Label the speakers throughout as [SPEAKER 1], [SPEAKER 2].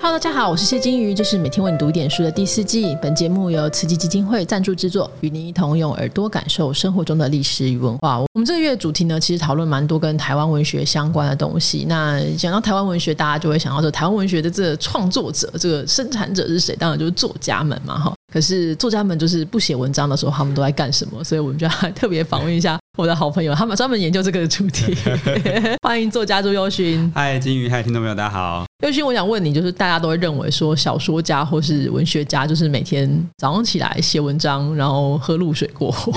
[SPEAKER 1] Hello，大家好，我是谢金鱼，这是每天为你读一点书的第四季。本节目由慈济基金会赞助制作，与您一同用耳朵感受生活中的历史与文化。我们这个月的主题呢，其实讨论蛮多跟台湾文学相关的东西。那讲到台湾文学，大家就会想到说，台湾文学的这个创作者、这个生产者是谁？当然就是作家们嘛，哈。可是作家们就是不写文章的时候，他们都在干什么？所以我们就要特别访问一下我的好朋友，他们专门研究这个主题。 欢迎作家朱优勋。
[SPEAKER 2] 嗨，金鱼，嗨，听众朋友，大家好。
[SPEAKER 1] 尤其我想问你，就是大家都会认为说小说家或是文学家，就是每天早上起来写文章，然后喝露水 过活。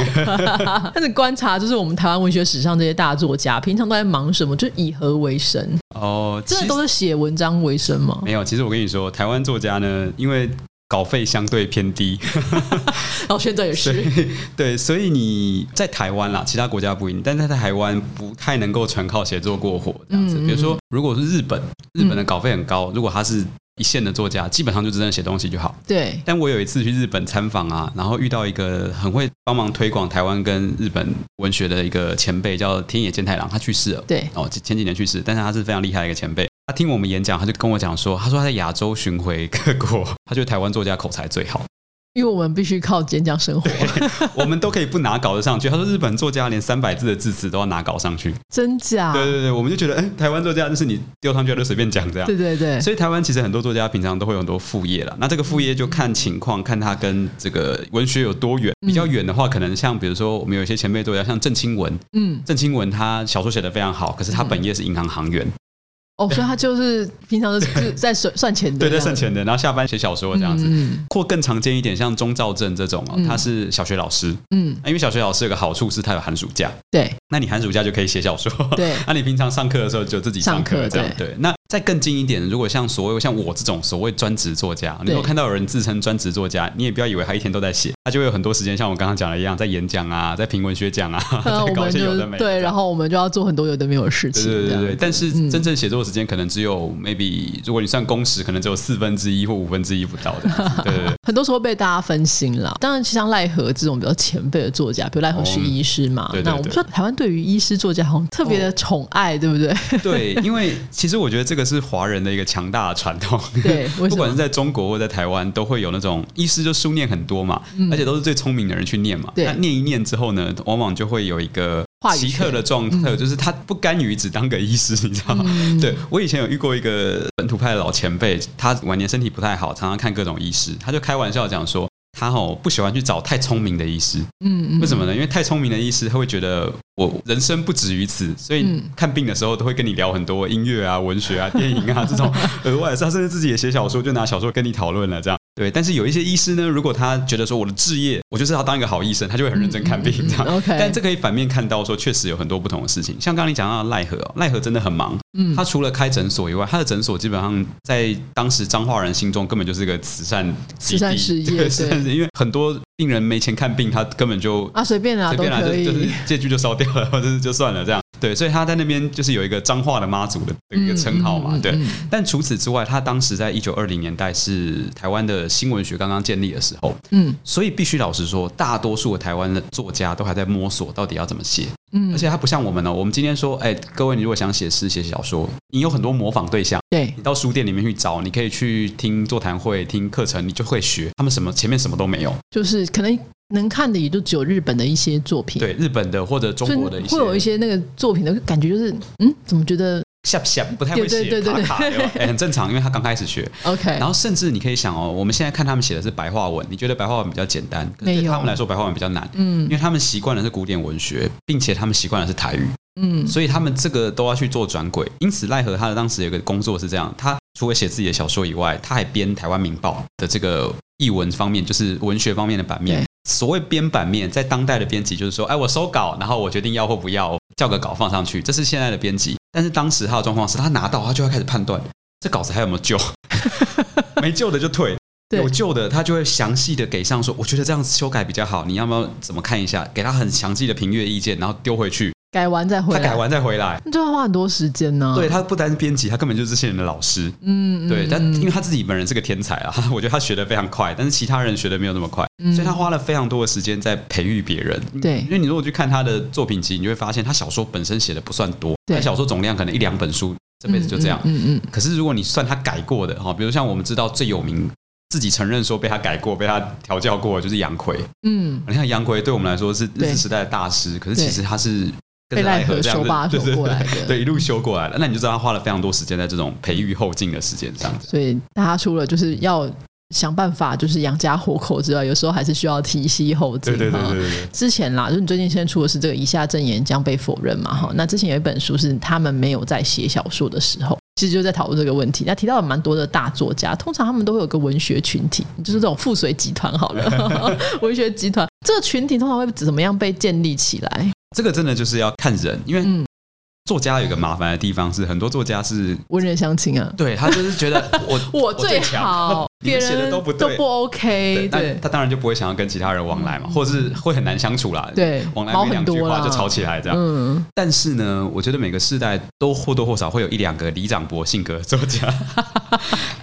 [SPEAKER 1] 但是观察就是我们台湾文学史上这些大作家，平常都在忙什么？就以何为生？
[SPEAKER 2] 哦，
[SPEAKER 1] 真的都
[SPEAKER 2] 其实
[SPEAKER 1] 是写文章为生吗？
[SPEAKER 2] 没有。其实我跟你说，台湾作家呢，因为稿费相对偏低，
[SPEAKER 1] 然后哦现在也
[SPEAKER 2] 所
[SPEAKER 1] 是，
[SPEAKER 2] 以 对，所以你在台湾啦，其他国家不一定，但在台湾不太能够纯靠写作过活这样子。
[SPEAKER 1] 嗯
[SPEAKER 2] 比如说，如果是日本，日本的稿费很高，如果他是一线的作家，基本上就真的写东西就好。
[SPEAKER 1] 对，
[SPEAKER 2] 但我有一次去日本参访啊，然后遇到一个很会帮忙推广台湾跟日本文学的一个前辈，叫天野健太郎，他去世了。
[SPEAKER 1] 对
[SPEAKER 2] 哦，前前几年去世，但是他是非常厉害的一个前辈。他听我们演讲，他就跟我讲说，他说他在亚洲巡回各国，他觉得台湾作家口才最好，
[SPEAKER 1] 因为我们必须靠演讲生活，
[SPEAKER 2] 我们都可以不拿稿子上去。他说日本作家连三百字的字词都要拿稿上去。
[SPEAKER 1] 真假？
[SPEAKER 2] 对对对，我们就觉得，哎、台湾作家就是你丢上去他就随便讲这样。
[SPEAKER 1] 对对对
[SPEAKER 2] 所以台湾其实很多作家平常都会有很多副业啦。那这个副业就看情况，看他跟这个文学有多远。比较远的话，可能像比如说我们有一些前辈作家，像郑清文，
[SPEAKER 1] 嗯，
[SPEAKER 2] 郑清文他小说写得非常好，可是他本业是银行行员，
[SPEAKER 1] 哦，所以他就是平常都是就是在算算钱的，
[SPEAKER 2] 对，在剩，钱的，然后下班写小说这样子。
[SPEAKER 1] 嗯
[SPEAKER 2] 或更常见一点，像钟兆正这种哦，他是小学老师，啊
[SPEAKER 1] 嗯，
[SPEAKER 2] 因为小学老师有个好处是他有寒暑假，
[SPEAKER 1] 对，
[SPEAKER 2] 那你寒暑假就可以写小说。
[SPEAKER 1] 对
[SPEAKER 2] 那、你平常上课的时候就自己上
[SPEAKER 1] 上
[SPEAKER 2] 课
[SPEAKER 1] 课
[SPEAKER 2] 这样。对，那再更近一点，如果像所谓像我这种所谓专职作家，你
[SPEAKER 1] 对
[SPEAKER 2] 如果看到有人自称专职作家，你也不要以为他一天都在写，他就会有很多时间，像我刚刚讲的一样，在演 讲啊，在评文学奖啊，
[SPEAKER 1] 那
[SPEAKER 2] 在
[SPEAKER 1] 嗯我
[SPEAKER 2] 搞一
[SPEAKER 1] 们
[SPEAKER 2] 些有
[SPEAKER 1] 就
[SPEAKER 2] 的没的这
[SPEAKER 1] 对，
[SPEAKER 2] 样
[SPEAKER 1] 然后我们就要做很多有的没有的事
[SPEAKER 2] 对
[SPEAKER 1] 情，
[SPEAKER 2] 对
[SPEAKER 1] 这
[SPEAKER 2] 对
[SPEAKER 1] 样嗯
[SPEAKER 2] 对，但是真正写作的时间可能只有 maybe，如果你算工时，可能只有四分之一或五分之一不到的。对对对，
[SPEAKER 1] 很多时候被大家分心了。当然，像赖和这种比较前辈的作家，比如赖和是医师嘛，
[SPEAKER 2] 哦对对
[SPEAKER 1] 那我们
[SPEAKER 2] 对
[SPEAKER 1] 说台湾对于医师作家好像特别的宠爱，对不对？
[SPEAKER 2] 对，因为其实我觉得这个是华人的一个强大的传统。
[SPEAKER 1] 对为 什么
[SPEAKER 2] 不管是在中国或在台湾，都会有那种医师就书念很多嘛，而且都是最聪明的人去念嘛。
[SPEAKER 1] 嗯对
[SPEAKER 2] 那念一念之后呢，往往就会有一个
[SPEAKER 1] 话语
[SPEAKER 2] 奇
[SPEAKER 1] 权嗯
[SPEAKER 2] 特的状态，就是他不甘于只当个医师，你知道吗？对我以前有遇过一个本土派的老前辈，他晚年身体不太好，常常看各种医师，他就开玩笑讲说。他哦不喜欢去找太聪明的医师，
[SPEAKER 1] 嗯，
[SPEAKER 2] 为什么呢？因为太聪明的医师，他会觉得我人生不止于此，所以嗯看病的时候都会跟你聊很多音乐啊、文学啊、电影啊这种额外的事。他甚至自己也写小说，就拿小说跟你讨论了这样。对，但是有一些医师呢，如果他觉得说我的置业，我就是要当一个好医生，他就会很认真看病这样。
[SPEAKER 1] 嗯 OK
[SPEAKER 2] 但这可以反面看到说，确实有很多不同的事情。像刚刚你讲到的奈何哦，奈何真的很忙。嗯，他除了开诊所以外，他的诊所基本上在当时彰化人心中根本就是个慈善
[SPEAKER 1] 慈
[SPEAKER 2] 基地
[SPEAKER 1] 善事业
[SPEAKER 2] 对
[SPEAKER 1] 对
[SPEAKER 2] 慈善事业，因为很多病人没钱看病，他根本就
[SPEAKER 1] 啊，随便啦，
[SPEAKER 2] 随
[SPEAKER 1] 都
[SPEAKER 2] 便啦，就
[SPEAKER 1] 可以。
[SPEAKER 2] 就是借据就烧掉了，或 者是就算了这样。对，所以他在那边就是有一个彰化的妈祖的一个称号嘛，
[SPEAKER 1] 嗯嗯嗯
[SPEAKER 2] 对
[SPEAKER 1] 嗯。
[SPEAKER 2] 但除此之外，他当时在一九二零年代是台湾的新文学刚刚建立的时候，
[SPEAKER 1] 嗯
[SPEAKER 2] 所以必须老实说，大多数的台湾的作家都还在摸索到底要怎么写。
[SPEAKER 1] 嗯
[SPEAKER 2] 而且他不像我们哦，我们今天说，哎，各位，你如果想写诗、写小说，你有很多模仿对象。
[SPEAKER 1] 对
[SPEAKER 2] 你到书店里面去找，你可以去听座谈会、听课程，你就会学。他们什么前面什么都没有，
[SPEAKER 1] 就是可能能看的也就只有日本的一些作品，
[SPEAKER 2] 对日本的或者中
[SPEAKER 1] 所以
[SPEAKER 2] 国的一些，
[SPEAKER 1] 会有一些那个作品的感觉，就是嗯，怎么觉得
[SPEAKER 2] 下下不太会
[SPEAKER 1] 对
[SPEAKER 2] 写
[SPEAKER 1] 对对
[SPEAKER 2] 卡
[SPEAKER 1] 对哎
[SPEAKER 2] 卡的， 哎，很正常，因为他刚开始学。
[SPEAKER 1] OK？
[SPEAKER 2] 然后甚至你可以想哦，我们现在看他们写的是白话文，你觉得白话文比较简单，可是
[SPEAKER 1] 没
[SPEAKER 2] 对
[SPEAKER 1] 有
[SPEAKER 2] 他们来说白话文比较难，嗯，因为他们习惯的是古典文学，并且他们习惯的是台语，
[SPEAKER 1] 嗯
[SPEAKER 2] 所以他们这个都要去做转轨。因此，奈何他的当时有个工作是这样，他除了写自己的小说以外，他还编《台湾民报》的这个译文方面，就是文学方面的版面
[SPEAKER 1] 对。
[SPEAKER 2] 所谓编版面，在当代的编辑就是说，哎，我收稿，然后我决定要或不要，叫个稿放上去，这是现在的编辑。但是当时他的状况是他拿到，他就要开始判断这稿子还有没有 救，没救的就退。
[SPEAKER 1] 对
[SPEAKER 2] 有救的，他就会详细的给上说，我觉得这样子修改比较好，你要不要怎么看一下？给他很详细的评阅意见，然后丢回去，
[SPEAKER 1] 改完再回
[SPEAKER 2] 他
[SPEAKER 1] 来，
[SPEAKER 2] 改完再回来。
[SPEAKER 1] 那就要花很多时间呢。
[SPEAKER 2] 对，他不单是编辑，他根本就是这些人的老师。
[SPEAKER 1] 嗯嗯，嗯
[SPEAKER 2] 对，但
[SPEAKER 1] 嗯
[SPEAKER 2] 因为他自己本人是个天才啊，我觉得他学的非常快，但是其他人学的没有那么快，
[SPEAKER 1] 嗯
[SPEAKER 2] 所以他花了非常多的时间在培育别人。
[SPEAKER 1] 对
[SPEAKER 2] 因为你如果去看他的作品集，你就会发现他小说本身写的不算多，
[SPEAKER 1] 对
[SPEAKER 2] 他小说总量可能一两本书。这辈子就这样。
[SPEAKER 1] 嗯嗯，
[SPEAKER 2] 可是如果你算他改过的哈，比如像我们知道最有名。自己承认说被他改过、被他调教过，就是杨奎。
[SPEAKER 1] 嗯，
[SPEAKER 2] 你看杨奎对我们来说是日
[SPEAKER 1] 对
[SPEAKER 2] 治时代的大师，可是其
[SPEAKER 1] 对
[SPEAKER 2] 实他是 跟
[SPEAKER 1] 被
[SPEAKER 2] 着
[SPEAKER 1] 奈
[SPEAKER 2] 奈何
[SPEAKER 1] 何
[SPEAKER 2] 这样
[SPEAKER 1] 手
[SPEAKER 2] 子
[SPEAKER 1] 把手
[SPEAKER 2] 对对
[SPEAKER 1] 过
[SPEAKER 2] 对
[SPEAKER 1] 来的。
[SPEAKER 2] 对，一路修过来了。那你就知道他花了非常多时间在这种培育后进的时间上。
[SPEAKER 1] 所以大家除了就是要想办法就是养家活口之外，有时候还是需要提携后进。
[SPEAKER 2] 对对对
[SPEAKER 1] 哈
[SPEAKER 2] 对对对，
[SPEAKER 1] 之前啦，就是你最近先出的是这个《以下证言将被否认》嘛，哈。那之前有一本书是他们没有在写小说的时候，其实就在讨论这个问题。那提到了蛮多的大作家，通常他们都会有个文学群体，就是这种附随集团好了， 文学集团这个群体通常会怎么样被建立起来？
[SPEAKER 2] 这个真的就是要看人，因为
[SPEAKER 1] 嗯
[SPEAKER 2] 作家有一个麻烦的地方是，很多作家是
[SPEAKER 1] 文人相亲啊，
[SPEAKER 2] 对他就是觉得 我
[SPEAKER 1] 我
[SPEAKER 2] 最
[SPEAKER 1] 最
[SPEAKER 2] 强
[SPEAKER 1] 好，
[SPEAKER 2] 你
[SPEAKER 1] 别
[SPEAKER 2] 们写
[SPEAKER 1] 人
[SPEAKER 2] 的都不对。
[SPEAKER 1] OK，
[SPEAKER 2] 那
[SPEAKER 1] 对
[SPEAKER 2] 他当然就不会想要跟其他人往来嘛，或者是会很难相处啦。，
[SPEAKER 1] 对，
[SPEAKER 2] 往来
[SPEAKER 1] 毛
[SPEAKER 2] 没
[SPEAKER 1] 很
[SPEAKER 2] 两句
[SPEAKER 1] 多
[SPEAKER 2] 话
[SPEAKER 1] 啦
[SPEAKER 2] 就吵起来这样。
[SPEAKER 1] 嗯。
[SPEAKER 2] 但是呢，我觉得每个世代都或多或少会有一两个李长博性格的作 家。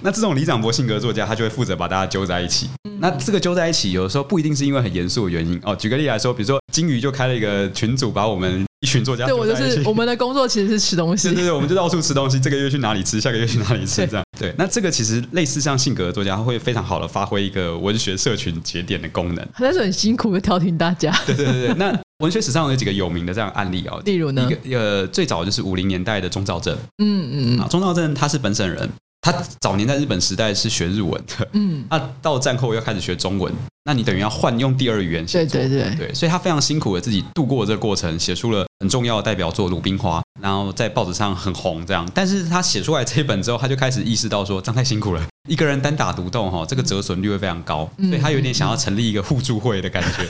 [SPEAKER 2] 那这种李长博性格的作家，他就会负责把大家揪在一起。
[SPEAKER 1] 嗯
[SPEAKER 2] 那这个揪在一起，有的时候不一定是因为很严肃的原因哦。举个例来说，比如说金鱼就开了一个群组，把我们一群作家
[SPEAKER 1] 对我
[SPEAKER 2] 揪
[SPEAKER 1] 就
[SPEAKER 2] 在一起。
[SPEAKER 1] 是我们的工作其实是吃东西
[SPEAKER 2] 对，对对，我们就到处吃东西，这个月去哪 里吃，下个月去哪里吃，这样。对，那这个其实类似像性格的作家，他会非常好的发挥一个文学社群节点的功能。
[SPEAKER 1] 但是很辛苦的调停大家。
[SPEAKER 2] 对对对对，那文学史上有几个有名的这样案例 哦，
[SPEAKER 1] 例如呢
[SPEAKER 2] 一，个呃，最早就是五零年代的钟兆正
[SPEAKER 1] 嗯嗯
[SPEAKER 2] 啊，钟兆正他是本省人，他早年在日本时代是学日文的，
[SPEAKER 1] 嗯，
[SPEAKER 2] 那到战后又开始学中文，那你等于要换用第二语言写
[SPEAKER 1] 对
[SPEAKER 2] 作，
[SPEAKER 1] 对对，
[SPEAKER 2] 对，所以他非常辛苦的自己度过这个过程，写出了很重要的代表作《鲁冰花》，然后在报纸上很红这样。但是他写出来这一本之后，他就开始意识到说，这样太辛苦了，一个人单打独斗哈，这个折损率会非常高，所以他有点想要成立一个互助会的感觉。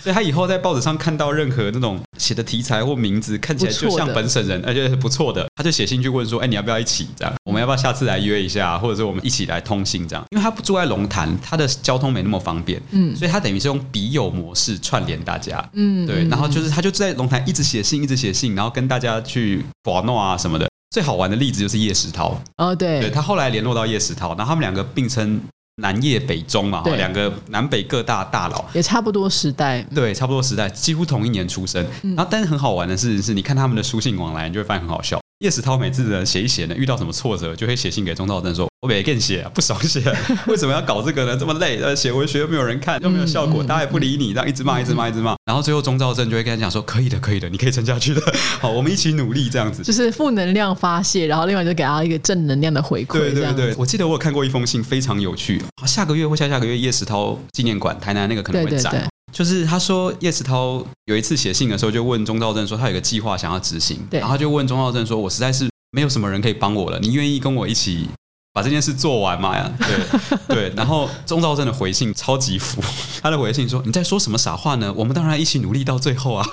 [SPEAKER 2] 所以他以后在报纸上看到任何那种写的题材或名字看起来就
[SPEAKER 1] 不错
[SPEAKER 2] 像
[SPEAKER 1] 的
[SPEAKER 2] 本省人，而且是不错的，他就写信去问说，哎，你要不要一起这样？我们要不要下次来约一下，或者是我们一起来通信这样？因为他不住在龙潭，他的交通没那么方便，
[SPEAKER 1] 嗯
[SPEAKER 2] 所以他等于是用笔友模式串联大家。
[SPEAKER 1] 嗯，
[SPEAKER 2] 对，然后
[SPEAKER 1] 嗯
[SPEAKER 2] 就是他就在龙潭一直写信，一直写信，然后跟大家去玩闹啊什么的。最好玩的例子就是叶石涛，
[SPEAKER 1] 哦
[SPEAKER 2] 对
[SPEAKER 1] 对，
[SPEAKER 2] 他后来联络到叶石涛，然后他们两个并称南叶北中嘛，
[SPEAKER 1] 对
[SPEAKER 2] 两个南北各大大佬。
[SPEAKER 1] 也差不多时代，
[SPEAKER 2] 对，差不多时代，几乎同一年出生。
[SPEAKER 1] 嗯
[SPEAKER 2] 然后，但是很好玩的是，是你看他们的书信往来，你就会发现很好笑。叶石涛每次呢写一写呢，遇到什么挫折，就会写信给钟兆正说：“我每天写、啊，不爽写、啊，为什么要搞这个呢？这么累，呃，写文学又没有人看，又没有效果，
[SPEAKER 1] 嗯嗯
[SPEAKER 2] 大家也不理你，这样一直骂，一直骂，一直骂。”然后最后钟兆正就会跟他讲说：“可以的，可以的，你可以撑下去的，好，我们一起努力这样子。”
[SPEAKER 1] 就是负能量发泄，然后另外就给他一个正能量的回馈，
[SPEAKER 2] 对
[SPEAKER 1] 这
[SPEAKER 2] 对
[SPEAKER 1] 样
[SPEAKER 2] 对，我记得我有看过一封信，非常有趣。啊下个月或下下个月，叶石涛纪念馆台南那个可能
[SPEAKER 1] 对
[SPEAKER 2] 会
[SPEAKER 1] 对
[SPEAKER 2] 展。
[SPEAKER 1] 对，
[SPEAKER 2] 就是他说叶石涛有一次写信的时候，就问钟兆正说他有个计划想要执行，
[SPEAKER 1] 对
[SPEAKER 2] 然后他就问钟兆正说：“我实在是没有什么人可以帮我了，你愿意跟我一起把这件事做 完吗？”呀，对对。然后钟兆正的回信超级服，他的回信说：“你在说什么傻话呢？我们当然一起努力到最后啊！”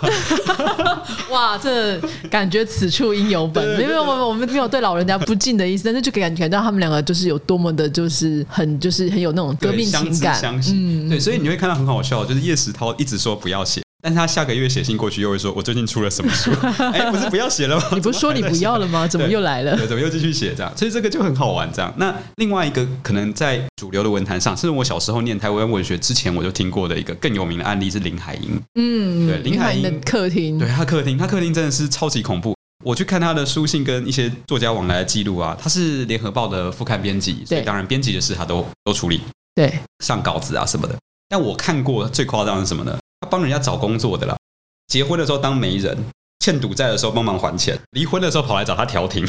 [SPEAKER 1] 哇，这感觉此处应有本，
[SPEAKER 2] 对
[SPEAKER 1] 没
[SPEAKER 2] 对对
[SPEAKER 1] 有我们我们没有对老人家不敬的意思，但是就可以感觉到他们两个就是有多么的，就是很就是很有那种革
[SPEAKER 2] 对，
[SPEAKER 1] 命
[SPEAKER 2] 相
[SPEAKER 1] 情
[SPEAKER 2] 知
[SPEAKER 1] 感，嗯
[SPEAKER 2] 相惜。对，所以你会看到很好笑，就是叶石涛一直说不要写。但是他下个月写信过去，又会说：“我最近出了什么书？ 哎、不是不 要写了吗？
[SPEAKER 1] 你不是说你不要
[SPEAKER 2] 了？”
[SPEAKER 1] 了吗？怎么
[SPEAKER 2] 对
[SPEAKER 1] 又来了？
[SPEAKER 2] 对，怎么又继续写这样？所以这个就很好玩这样。那另外一个可能在主流的文坛上，甚至我小时候念台湾文学之前，我就听过的一个更有名的案例是林海音。
[SPEAKER 1] 嗯，
[SPEAKER 2] 对林
[SPEAKER 1] 海
[SPEAKER 2] 海
[SPEAKER 1] 音的
[SPEAKER 2] 音
[SPEAKER 1] 客厅，
[SPEAKER 2] 对他客厅，他客厅真的是超级恐怖。我去看他的书信跟一些作家往来的记录啊，他是联合报的副刊编辑，所
[SPEAKER 1] 对
[SPEAKER 2] 以当然编辑的事他都都处理，
[SPEAKER 1] 对，
[SPEAKER 2] 上稿子啊什么的。但我看过最夸张的是什么呢？他帮人家找工作的啦，结婚的时候当媒人，欠赌债的时候帮忙还钱，离婚的时候跑来找他调 停，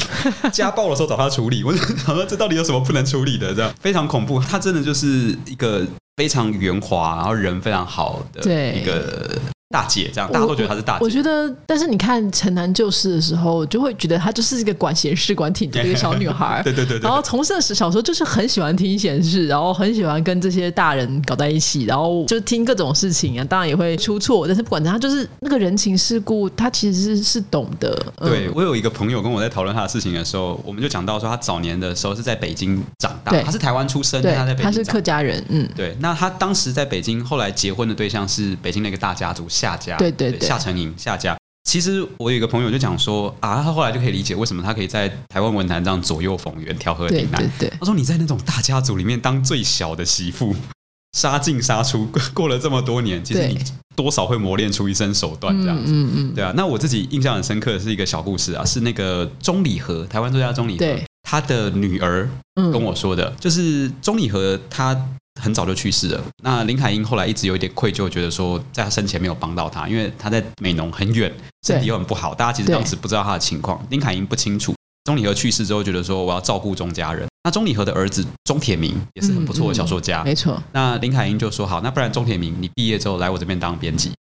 [SPEAKER 2] 家暴的时候找他处理。我就想说，这到底有什么不能处理的？这样非常恐怖。他真的就是一个非常圆滑，然后人非常好的
[SPEAKER 1] 对
[SPEAKER 2] 一个大姐，这样大家都觉得她是大姐。
[SPEAKER 1] 我。觉得，但是你看城南旧事的时候，就会觉得她就是一个管闲事、管挺多的一个小女孩
[SPEAKER 2] 对对对对
[SPEAKER 1] 然后从事的时小时候就是很喜欢听闲事，然后很喜欢跟这些大人搞在一起，然后就听各种事情啊，当然也会出错，但是不管她就是那个人情世故，她其实是是懂的。嗯
[SPEAKER 2] 对，我有一个朋友跟我在讨论他的事情的时候，我们就讲到说，他早年的时候是在北京长大
[SPEAKER 1] 对，
[SPEAKER 2] 他是台湾出生，但
[SPEAKER 1] 对
[SPEAKER 2] 他在，北
[SPEAKER 1] 她
[SPEAKER 2] 京
[SPEAKER 1] 是
[SPEAKER 2] 长大
[SPEAKER 1] 客。家人，嗯，
[SPEAKER 2] 对，那他当时在北京，后来结婚的对象是北京的一个大家族夏家，
[SPEAKER 1] 对对对
[SPEAKER 2] 夏承营夏家。其实我有一个朋友就讲说啊，他后来就可以理解为什么他可以在台湾文坛这样左右逢源、调和
[SPEAKER 1] 对
[SPEAKER 2] 鼎
[SPEAKER 1] 对
[SPEAKER 2] 南。
[SPEAKER 1] 对。
[SPEAKER 2] 他说你在那种大家族里面当最小的媳妇， 杀进杀出，过过了这么多年，其实
[SPEAKER 1] 对
[SPEAKER 2] 你多少会磨练出一身手段这样子。
[SPEAKER 1] 嗯嗯
[SPEAKER 2] 对啊，那我自己印象很深刻的是一个小故事啊，是那个钟理和，台湾作家钟理和
[SPEAKER 1] 对，
[SPEAKER 2] 他的女儿
[SPEAKER 1] 嗯，
[SPEAKER 2] 跟我说的，就是钟理和他很早就去世了。那林海音后来一直有一点愧疚，觉得说在他生前没有帮到他，因为他在美浓很远，身体又很不好，大家其实
[SPEAKER 1] 对
[SPEAKER 2] 当时不知道他的情况，林海音不清楚。钟理和去世之后，觉得说我要照顾钟家人。那钟理和的儿子钟铁明也是很不错的小说家，
[SPEAKER 1] 没错，
[SPEAKER 2] 那林凯英就说好，那不然钟铁明你毕业之后来我这边当编辑。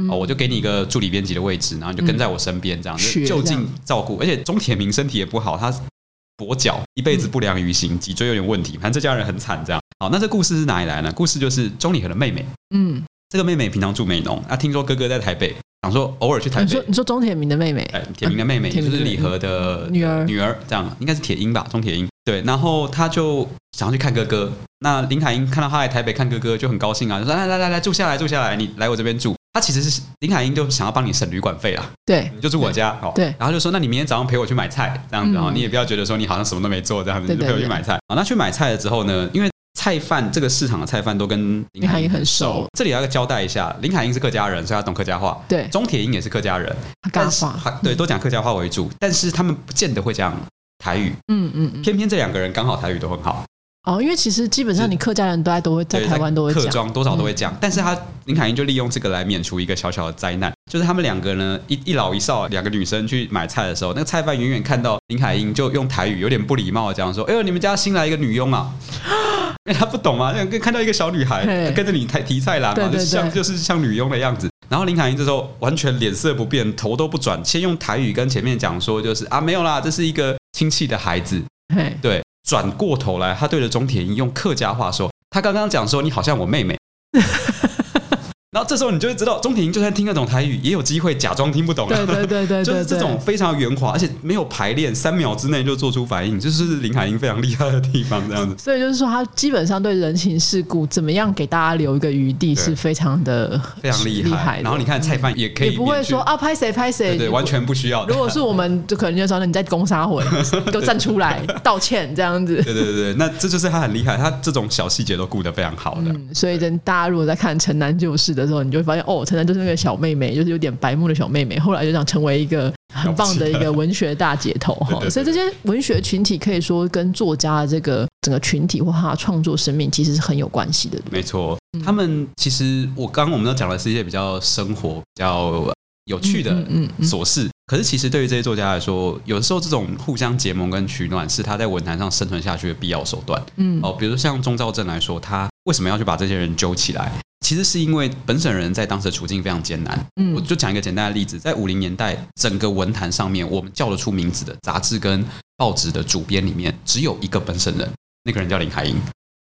[SPEAKER 1] 嗯
[SPEAKER 2] 哦，我就给你一个助理编辑的位置，然后你就跟在我身边，这样
[SPEAKER 1] 嗯学
[SPEAKER 2] 子就
[SPEAKER 1] 这样
[SPEAKER 2] 近照顾。而且钟铁明身体也不好，他跛脚，一辈子不良于行，脊椎有点问题，反正这家人很惨。这样，好，那这故事是哪里来呢？故事就是钟理和的妹妹，
[SPEAKER 1] 嗯，
[SPEAKER 2] 这个妹妹平常住美浓，啊，听说哥哥在台北，想说偶尔去台
[SPEAKER 1] 啊你说
[SPEAKER 2] 北。
[SPEAKER 1] 你说钟铁明的妹妹，
[SPEAKER 2] 哎，铁明的妹妹
[SPEAKER 1] 啊铁
[SPEAKER 2] 就
[SPEAKER 1] 明
[SPEAKER 2] 是
[SPEAKER 1] 的妹嗯
[SPEAKER 2] 李和的
[SPEAKER 1] 女儿
[SPEAKER 2] 女儿这样应该是铁英吧，钟铁英。对，然后他就想要去看哥哥。啊那林海音看到他来台北看哥哥，就很高兴啊，就说来来来来住下来住下来，你来我这边住。他其实是林海音就想要帮你省旅馆费啦，
[SPEAKER 1] 对
[SPEAKER 2] 你就住我家哦。
[SPEAKER 1] 对
[SPEAKER 2] 然后就说那你明天早上陪我去买菜，这样子哦，
[SPEAKER 1] 嗯
[SPEAKER 2] 你也不要觉得说你好像什么都没做这样子，
[SPEAKER 1] 对
[SPEAKER 2] 你就陪我
[SPEAKER 1] 对
[SPEAKER 2] 去
[SPEAKER 1] 对
[SPEAKER 2] 买菜。好，那去买菜了之后呢，因为菜贩这个市场的菜贩都跟林海
[SPEAKER 1] 林海
[SPEAKER 2] 音
[SPEAKER 1] 音很
[SPEAKER 2] 很熟
[SPEAKER 1] 熟，
[SPEAKER 2] 这里要交代一下，林海音是客家人，所以他懂客家话。
[SPEAKER 1] 对，
[SPEAKER 2] 钟铁英也是客家人，
[SPEAKER 1] 他
[SPEAKER 2] 但
[SPEAKER 1] 干
[SPEAKER 2] 是
[SPEAKER 1] 话，
[SPEAKER 2] 对都讲客家话为主，但是他们不见得会讲台语。
[SPEAKER 1] 嗯嗯嗯，
[SPEAKER 2] 偏偏这两个人刚好台语都很好，
[SPEAKER 1] 哦，因为其实基本上你客家人都在都会在
[SPEAKER 2] 对
[SPEAKER 1] 台湾都会
[SPEAKER 2] 客
[SPEAKER 1] 讲，嗯
[SPEAKER 2] 庄多少都会讲。但是他林凯英就利用这个来免除一个小小的灾难，就是他们两个呢，一一老一少两个女生去买菜的时候，那个菜贩远远看到林凯英就用台语有点不礼貌的讲说：“哎呦，你们家新来一个女佣啊！” 因为他不懂嘛，因为看到一个小女孩
[SPEAKER 1] 嘿
[SPEAKER 2] 跟着你提提菜篮
[SPEAKER 1] 对
[SPEAKER 2] 嘛，
[SPEAKER 1] 对
[SPEAKER 2] 就像
[SPEAKER 1] 对
[SPEAKER 2] 就是像女佣的样子。然后林凯英这时候完全脸色不变，头都不转，先用台语跟前面讲说，就是啊没有啦，这是一个亲戚的孩子，
[SPEAKER 1] 嘿，
[SPEAKER 2] 对，转过头来，他对着钟铁英用客家话说：“他刚刚讲说你好像我 妹妹。”然后这时候你就会知道，钟铁英就算听得懂台语，也有机会假装听不懂啊。
[SPEAKER 1] 对对对对对，
[SPEAKER 2] 就是这
[SPEAKER 1] 对
[SPEAKER 2] 种非常圆滑，而且没有排练，三秒之内就做出反应，这就是林海音非常厉害的地方。这样子，
[SPEAKER 1] 所 以就是说，他基本上对人情世故怎么样给大家留一个余地，
[SPEAKER 2] 对
[SPEAKER 1] 是非常的
[SPEAKER 2] 非常厉
[SPEAKER 1] 厉
[SPEAKER 2] 害。
[SPEAKER 1] 的
[SPEAKER 2] 然后你看菜贩也可以
[SPEAKER 1] 也不会
[SPEAKER 2] 免去
[SPEAKER 1] 说，啊拍谁拍谁，
[SPEAKER 2] 对对，完全不需要。
[SPEAKER 1] 如果是我们，就可能就说你在攻杀 我，你都站出来道歉这样子。
[SPEAKER 2] 对对对对，那这就是他很厉害，他这种小细节都顾得非常好的。
[SPEAKER 1] 嗯，所以等大家如果在看《城南旧事》的时候，你就会发现，哦，城南就是那个小妹妹，就是有点白目的小妹妹，后来就想成为一个很棒的一个文学大姐头哈
[SPEAKER 2] 对对。对
[SPEAKER 1] 所以这些文学群体可以说跟作家的这个整个群体或他的创作生命其实是很有关系的，对不对
[SPEAKER 2] 没错，
[SPEAKER 1] 嗯
[SPEAKER 2] 他们其实我刚刚我们都讲的是一些比较生活、比较有趣的
[SPEAKER 1] 嗯嗯嗯
[SPEAKER 2] 琐事。可是其实对于这些作家来说，有的时候这种互相结盟跟取暖是他在文坛上生存下去的必要手段。
[SPEAKER 1] 嗯
[SPEAKER 2] 哦，比如像钟兆正来说，他为什么要去把这些人揪起来？其实是因为本省人在当时的处境非常艰难。
[SPEAKER 1] 嗯
[SPEAKER 2] 我就讲一个简单的例子，在五零年代，整个文坛上面，我们叫得出名字的杂志跟报纸的主编里面，只有一个本省人，那个人叫林海音，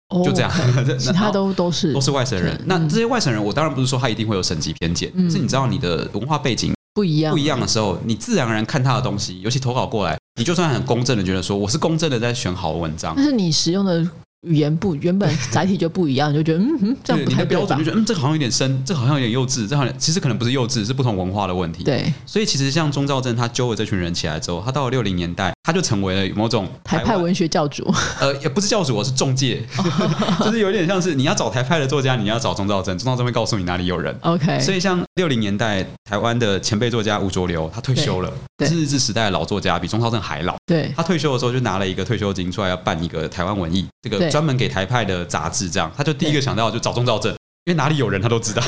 [SPEAKER 1] 哦
[SPEAKER 2] 就这样。
[SPEAKER 1] 其他都都是
[SPEAKER 2] 都是外省人
[SPEAKER 1] 对。
[SPEAKER 2] 那
[SPEAKER 1] 嗯
[SPEAKER 2] 这些外省人，我当然不是说他一定会有省级偏见，
[SPEAKER 1] 嗯
[SPEAKER 2] 但是你知道你的文化背景
[SPEAKER 1] 不一样，
[SPEAKER 2] 不一样的时候，你自然而然看他的东西，尤其投稿过来，你就算很公正的觉得说我是公正的在选好文章
[SPEAKER 1] 但。是你使用的语言不原本载体就不一样，你就觉得嗯嗯，这样
[SPEAKER 2] 对
[SPEAKER 1] 不
[SPEAKER 2] 你
[SPEAKER 1] 太
[SPEAKER 2] 的
[SPEAKER 1] 对
[SPEAKER 2] 标
[SPEAKER 1] 吧
[SPEAKER 2] 准就？觉得，嗯，这个好像有点深，这个好像有点幼稚，这好像其实可能不是幼稚，是不同文化的问题。，
[SPEAKER 1] 对，
[SPEAKER 2] 所以其实像钟兆正他揪了这群人起来之后，他到了六零年代，他就成为了某种
[SPEAKER 1] 台
[SPEAKER 2] 湾
[SPEAKER 1] 派文学教 主，
[SPEAKER 2] 呃，也不是教主，我是中介， 就是有点像是你要找台派的作家，你要找钟兆正，钟兆正会告诉你哪里有人。
[SPEAKER 1] OK，
[SPEAKER 2] 所以，像六零年代台湾的前辈作家吴浊流，他退休了，
[SPEAKER 1] 对
[SPEAKER 2] 是日治时代的老作家，比钟超正还老。
[SPEAKER 1] 对，
[SPEAKER 2] 他退休的时候就拿了一个退休金出来，要办一个台湾文艺这
[SPEAKER 1] 对
[SPEAKER 2] 个专门给台派的杂志，这样他就第一
[SPEAKER 1] 对
[SPEAKER 2] 个想到就找钟兆正，因为哪里有人他都 知道。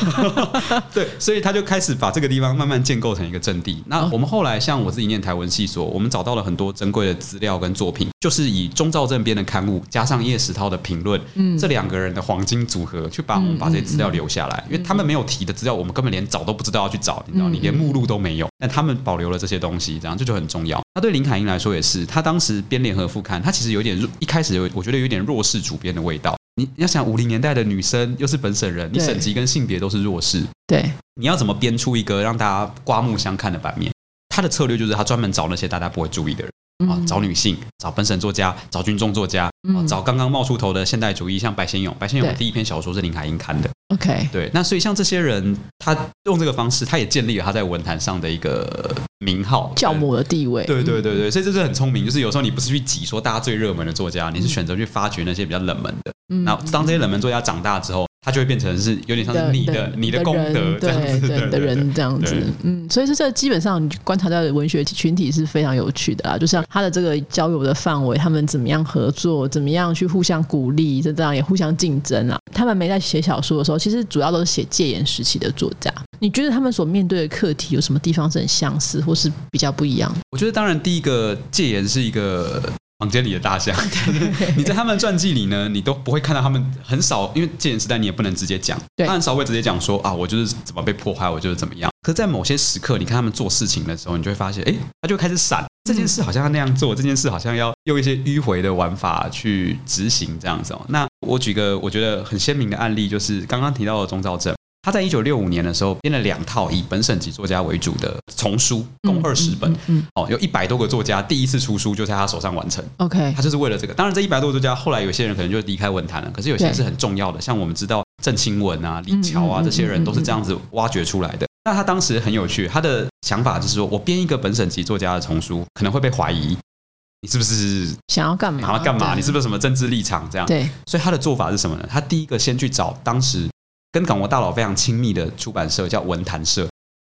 [SPEAKER 2] 对，所以他就开始把这个地方慢慢建构成一个阵地。那
[SPEAKER 1] 哦
[SPEAKER 2] 我们后来像我自己念台文系所，我们找到了很多珍贵的资料跟作品，就是以钟兆正编的刊物加上叶石涛的评论，
[SPEAKER 1] 嗯
[SPEAKER 2] 这两个人的黄金组合，去把我们把这些资料留下来，因为他们没有提的资料，我们根本连找都不知道要去找，你知道，
[SPEAKER 1] 嗯
[SPEAKER 2] 你连目录都没有，但他们保留了这些东西，这样这就很重要。那对林凯英来说也是，他当时编联合副刊，他其实有点弱一开始有，我觉得有点弱势主编的味道。你你要想五零年代的女生又是本省人，你
[SPEAKER 1] 对
[SPEAKER 2] 省级跟性别都是弱势，
[SPEAKER 1] 对，
[SPEAKER 2] 你要怎么编出一个让大家刮目相看的版面？他的策略就是他专门找那些大家不会注意的人。啊，
[SPEAKER 1] 嗯
[SPEAKER 2] 找女性，找本省作家，找军中作家，啊
[SPEAKER 1] 嗯，
[SPEAKER 2] 找刚刚冒出头的现代主义，像白先勇。白先勇的
[SPEAKER 1] 对
[SPEAKER 2] 第一篇小说是林海音刊的，
[SPEAKER 1] OK，
[SPEAKER 2] 对。那所以像这些人，他用这个方式，他也建立了他在文坛上的一个名号，
[SPEAKER 1] 教母的地位，
[SPEAKER 2] 对。对对对
[SPEAKER 1] 嗯
[SPEAKER 2] 对，所以这是很聪明，就是有时候你不是去挤说大家最热门的作家，你是选择去发掘那些比较冷门的。
[SPEAKER 1] 嗯
[SPEAKER 2] 那当这些冷门作家长大之后，它就会变成是有点像是你的你的功德这样
[SPEAKER 1] 对
[SPEAKER 2] 子
[SPEAKER 1] 对的人这样子
[SPEAKER 2] 对，
[SPEAKER 1] 嗯，所以说这基本上你观察到的文学群体是非常有趣的啦，就像他的这个交友的范围，他们怎么样合作，怎么样去互相鼓励，这这样也互相竞争啊。他们没在写小说的时候，其实主要都是写戒严时期的作家。你觉得他们所面对的课题有什么地方是很相似，或是比较不一样的？
[SPEAKER 2] 我觉得当然第一个戒严是一个房间里的大象，你在他们传记里呢，你都不会看到他们很少，因为戒严时代你也不能直接讲，
[SPEAKER 1] 对
[SPEAKER 2] 他很少会直接讲说啊，我就是怎么被迫害，我就是怎么样。可在某些时刻，你看他们做事情的时候，你就会发现，哎，他就开始闪。这件事好像要那样做，这件事好像要用一些迂回的玩法去执行这样子哦。那我举个我觉得很鲜明的案例，就是刚刚提到的钟兆正，他在一九六五年的时候编了两套以本省级作家为主的丛书，共二十本。
[SPEAKER 1] 嗯嗯嗯
[SPEAKER 2] 哦，有一百多个作家第一次出书就在他手上完成，
[SPEAKER 1] ，OK，
[SPEAKER 2] 他就是为了这个。当然，这一百多个作家后来有些人可能就离开文坛了，可是有些
[SPEAKER 1] 对
[SPEAKER 2] 是很重要的，像我们知道郑清文啊、李乔啊
[SPEAKER 1] 嗯嗯嗯
[SPEAKER 2] 这些人都是这样子挖掘出来的。那他当时很有趣，他的想法就是说我编一个本省级作家的丛书，可能会被怀疑你是不是
[SPEAKER 1] 想要干嘛？
[SPEAKER 2] 想要干嘛？
[SPEAKER 1] 对
[SPEAKER 2] 你是不是有什么政治立场这样？
[SPEAKER 1] 对，
[SPEAKER 2] 所以他的做法是什么呢？他第一个先去找当时跟港国大佬非常亲密的出版社，叫文坛社，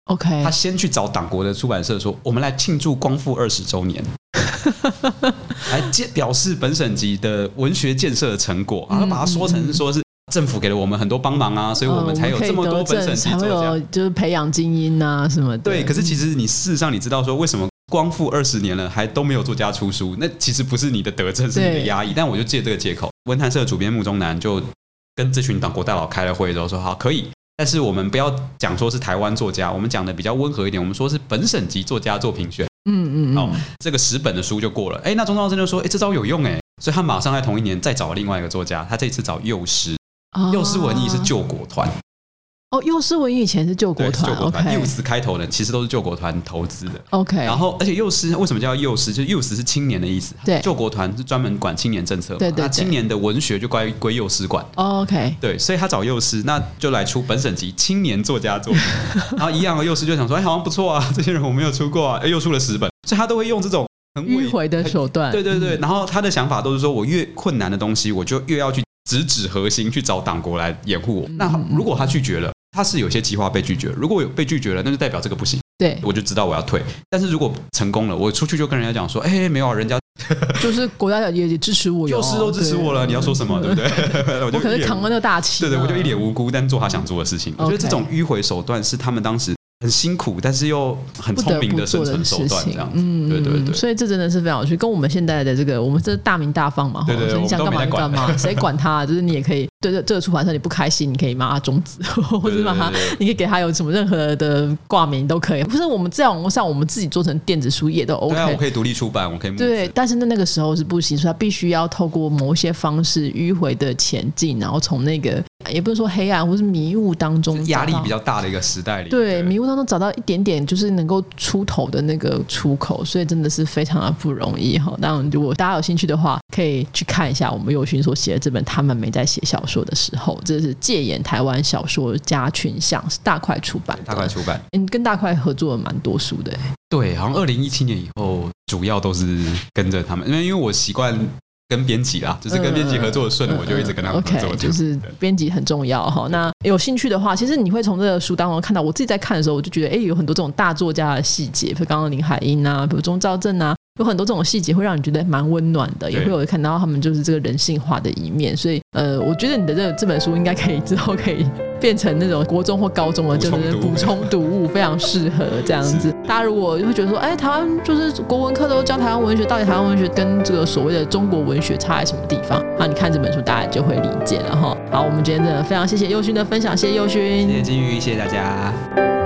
[SPEAKER 1] OK，
[SPEAKER 2] 他先去找党国的出版社说，我们来庆祝光复二十周年，来介表示本省级的文学建设的成果，然后把它说成说是政府给了我们很多帮忙啊，所以我
[SPEAKER 1] 呃哦
[SPEAKER 2] 们才有这么多本省级
[SPEAKER 1] 才会
[SPEAKER 2] 作
[SPEAKER 1] 有
[SPEAKER 2] 家。
[SPEAKER 1] 就是培养精英啊什么的。
[SPEAKER 2] 对，可是其实你事实上你知道说为什么？光复二十年了，还都没有作家出书，那其实不是你的德政，是你的
[SPEAKER 1] 对
[SPEAKER 2] 压抑。但我就借这个借口，文坛社的主编穆宗南就跟这群党国大佬开了会之后说：“好，可以，但是我们不要讲说是台湾作家，我们讲的比较温和一点，我们说是本省级作家做评选。”
[SPEAKER 1] 嗯嗯嗯，
[SPEAKER 2] 哦，这个十本的书就过了。哎，那钟兆生就说，哎，这招有用哎，所以他马上在同一年再找另外一个作家，他这次找幼师，
[SPEAKER 1] 哦
[SPEAKER 2] 幼师文艺是救国团，
[SPEAKER 1] 哦，幼师文艺以前是救国
[SPEAKER 2] 对，是
[SPEAKER 1] 团
[SPEAKER 2] 救国团，幼
[SPEAKER 1] ，OK
[SPEAKER 2] 师开头的其实都是救国团投资的。
[SPEAKER 1] OK，
[SPEAKER 2] 然后，而且幼师为什么叫幼师？就是幼师是青年的意思，
[SPEAKER 1] 对
[SPEAKER 2] 救国团是专门管青年政策嘛，
[SPEAKER 1] 对对对
[SPEAKER 2] 那青年的文学就归归幼师管。
[SPEAKER 1] 哦 OK
[SPEAKER 2] 对，所以他找幼师，那就来出本省级青年作家 作品。然后一样，幼师就想说，哎，好像不错啊，这 些人我没有出过啊，哎又出了十本，所以他都会用这种很伪
[SPEAKER 1] 迂回的手段，嗯
[SPEAKER 2] 对对对，然后他的想法都是说，我越困难的东西，我就越要去直指核心，去找党国来掩
[SPEAKER 1] 嗯
[SPEAKER 2] 护我。那如果他拒绝了，他是有些计划被拒绝，如果有被拒绝了，那就代表这个不行，
[SPEAKER 1] 对，
[SPEAKER 2] 我就知道我要退。但是如果成功了，我出去就跟人家讲说，哎，没有啊，人家
[SPEAKER 1] 就是国家也也支持我哟，
[SPEAKER 2] 幼师都支持我了，
[SPEAKER 1] 对
[SPEAKER 2] 你要说什么，对不对？ 我
[SPEAKER 1] 我可
[SPEAKER 2] 一
[SPEAKER 1] 是
[SPEAKER 2] 脸
[SPEAKER 1] 扛了那个大旗
[SPEAKER 2] 对
[SPEAKER 1] 呢，
[SPEAKER 2] 对，我就一脸无辜，但做他想做的事情。我觉得
[SPEAKER 1] OK
[SPEAKER 2] 这种迂回手段是他们当时很辛苦，但是又很
[SPEAKER 1] 不得
[SPEAKER 2] 聪明
[SPEAKER 1] 不
[SPEAKER 2] 的生
[SPEAKER 1] 做
[SPEAKER 2] 存
[SPEAKER 1] 的
[SPEAKER 2] 手
[SPEAKER 1] 事
[SPEAKER 2] 段，
[SPEAKER 1] 情
[SPEAKER 2] 这，样子。
[SPEAKER 1] 嗯，
[SPEAKER 2] 对对
[SPEAKER 1] 嗯
[SPEAKER 2] 对
[SPEAKER 1] 所以这真的是非常有趣，跟我们现在的这个，我们这大名大放嘛，
[SPEAKER 2] 对
[SPEAKER 1] 吼
[SPEAKER 2] 对对
[SPEAKER 1] 所以你
[SPEAKER 2] 我们
[SPEAKER 1] 想
[SPEAKER 2] 都
[SPEAKER 1] 干嘛就
[SPEAKER 2] 没在
[SPEAKER 1] 干
[SPEAKER 2] 管
[SPEAKER 1] 嘛，谁管他啊？就是你也可以对这这个出版社你不开心，你可以骂他中止， 或者
[SPEAKER 2] 对
[SPEAKER 1] 骂他
[SPEAKER 2] 对对对，
[SPEAKER 1] 你可以给他有什么任何的挂名都可以，不是我们在网络上我们自己做成电子书也都
[SPEAKER 2] 对啊，我
[SPEAKER 1] 嗯 OK。
[SPEAKER 2] 可以独立出版，我可以募
[SPEAKER 1] 对
[SPEAKER 2] 资，
[SPEAKER 1] 但是那那个时候是不行，所以他必须要透过某一些方式迂回的前进，然后从那个也不是说黑暗或是迷雾当中
[SPEAKER 2] 压力
[SPEAKER 1] 找到
[SPEAKER 2] 比较大的一个时代里，
[SPEAKER 1] 对，迷雾当中找到一点点就是能够出头的那个出口，所以真的是非常的不容易哈。当然，如果大家有兴趣的话，可以去看一下我们友勋所写的这本《他们没在写小说的时候》，这是戒严台湾小说家群像，是大块出版的。
[SPEAKER 2] 大块出版。
[SPEAKER 1] 诶，你跟大块合作了蛮多书的、诶
[SPEAKER 2] 对，好像二零一七年以后，主要都是跟着他们，因为因为我习惯跟编辑啦，就是跟编辑合作的顺，我就一直跟他们合
[SPEAKER 1] 嗯
[SPEAKER 2] 作。
[SPEAKER 1] OK，就是
[SPEAKER 2] 对
[SPEAKER 1] 编辑很重要哈。那有兴趣的话，其实你会从这个书当中看到，我自己在看的时候，我就觉得，哎、有很多这种大作家的细节，比如刚刚林海音啊，比如钟兆正啊，有很多这种细节会让你觉得蛮温暖的，也
[SPEAKER 2] 对
[SPEAKER 1] 会有看到他们就是这个人性化的一面。所以，呃，我觉得你的这这本书应该可以之后可以变成那种国中或高中的，
[SPEAKER 2] 补
[SPEAKER 1] 就
[SPEAKER 2] 充
[SPEAKER 1] 是
[SPEAKER 2] 读物
[SPEAKER 1] 补充读物，非常适合这样子
[SPEAKER 2] 是。
[SPEAKER 1] 大家如果会觉得说，哎、台湾就是国文课都教台湾文学，到底台湾文学跟这个所谓的中国文学差在什么地方？那你看这本书，大家就会理解了哈。好，我们今天真的非常谢谢佑勋的分享，谢谢佑勋，
[SPEAKER 2] 谢谢金玉，谢谢大家。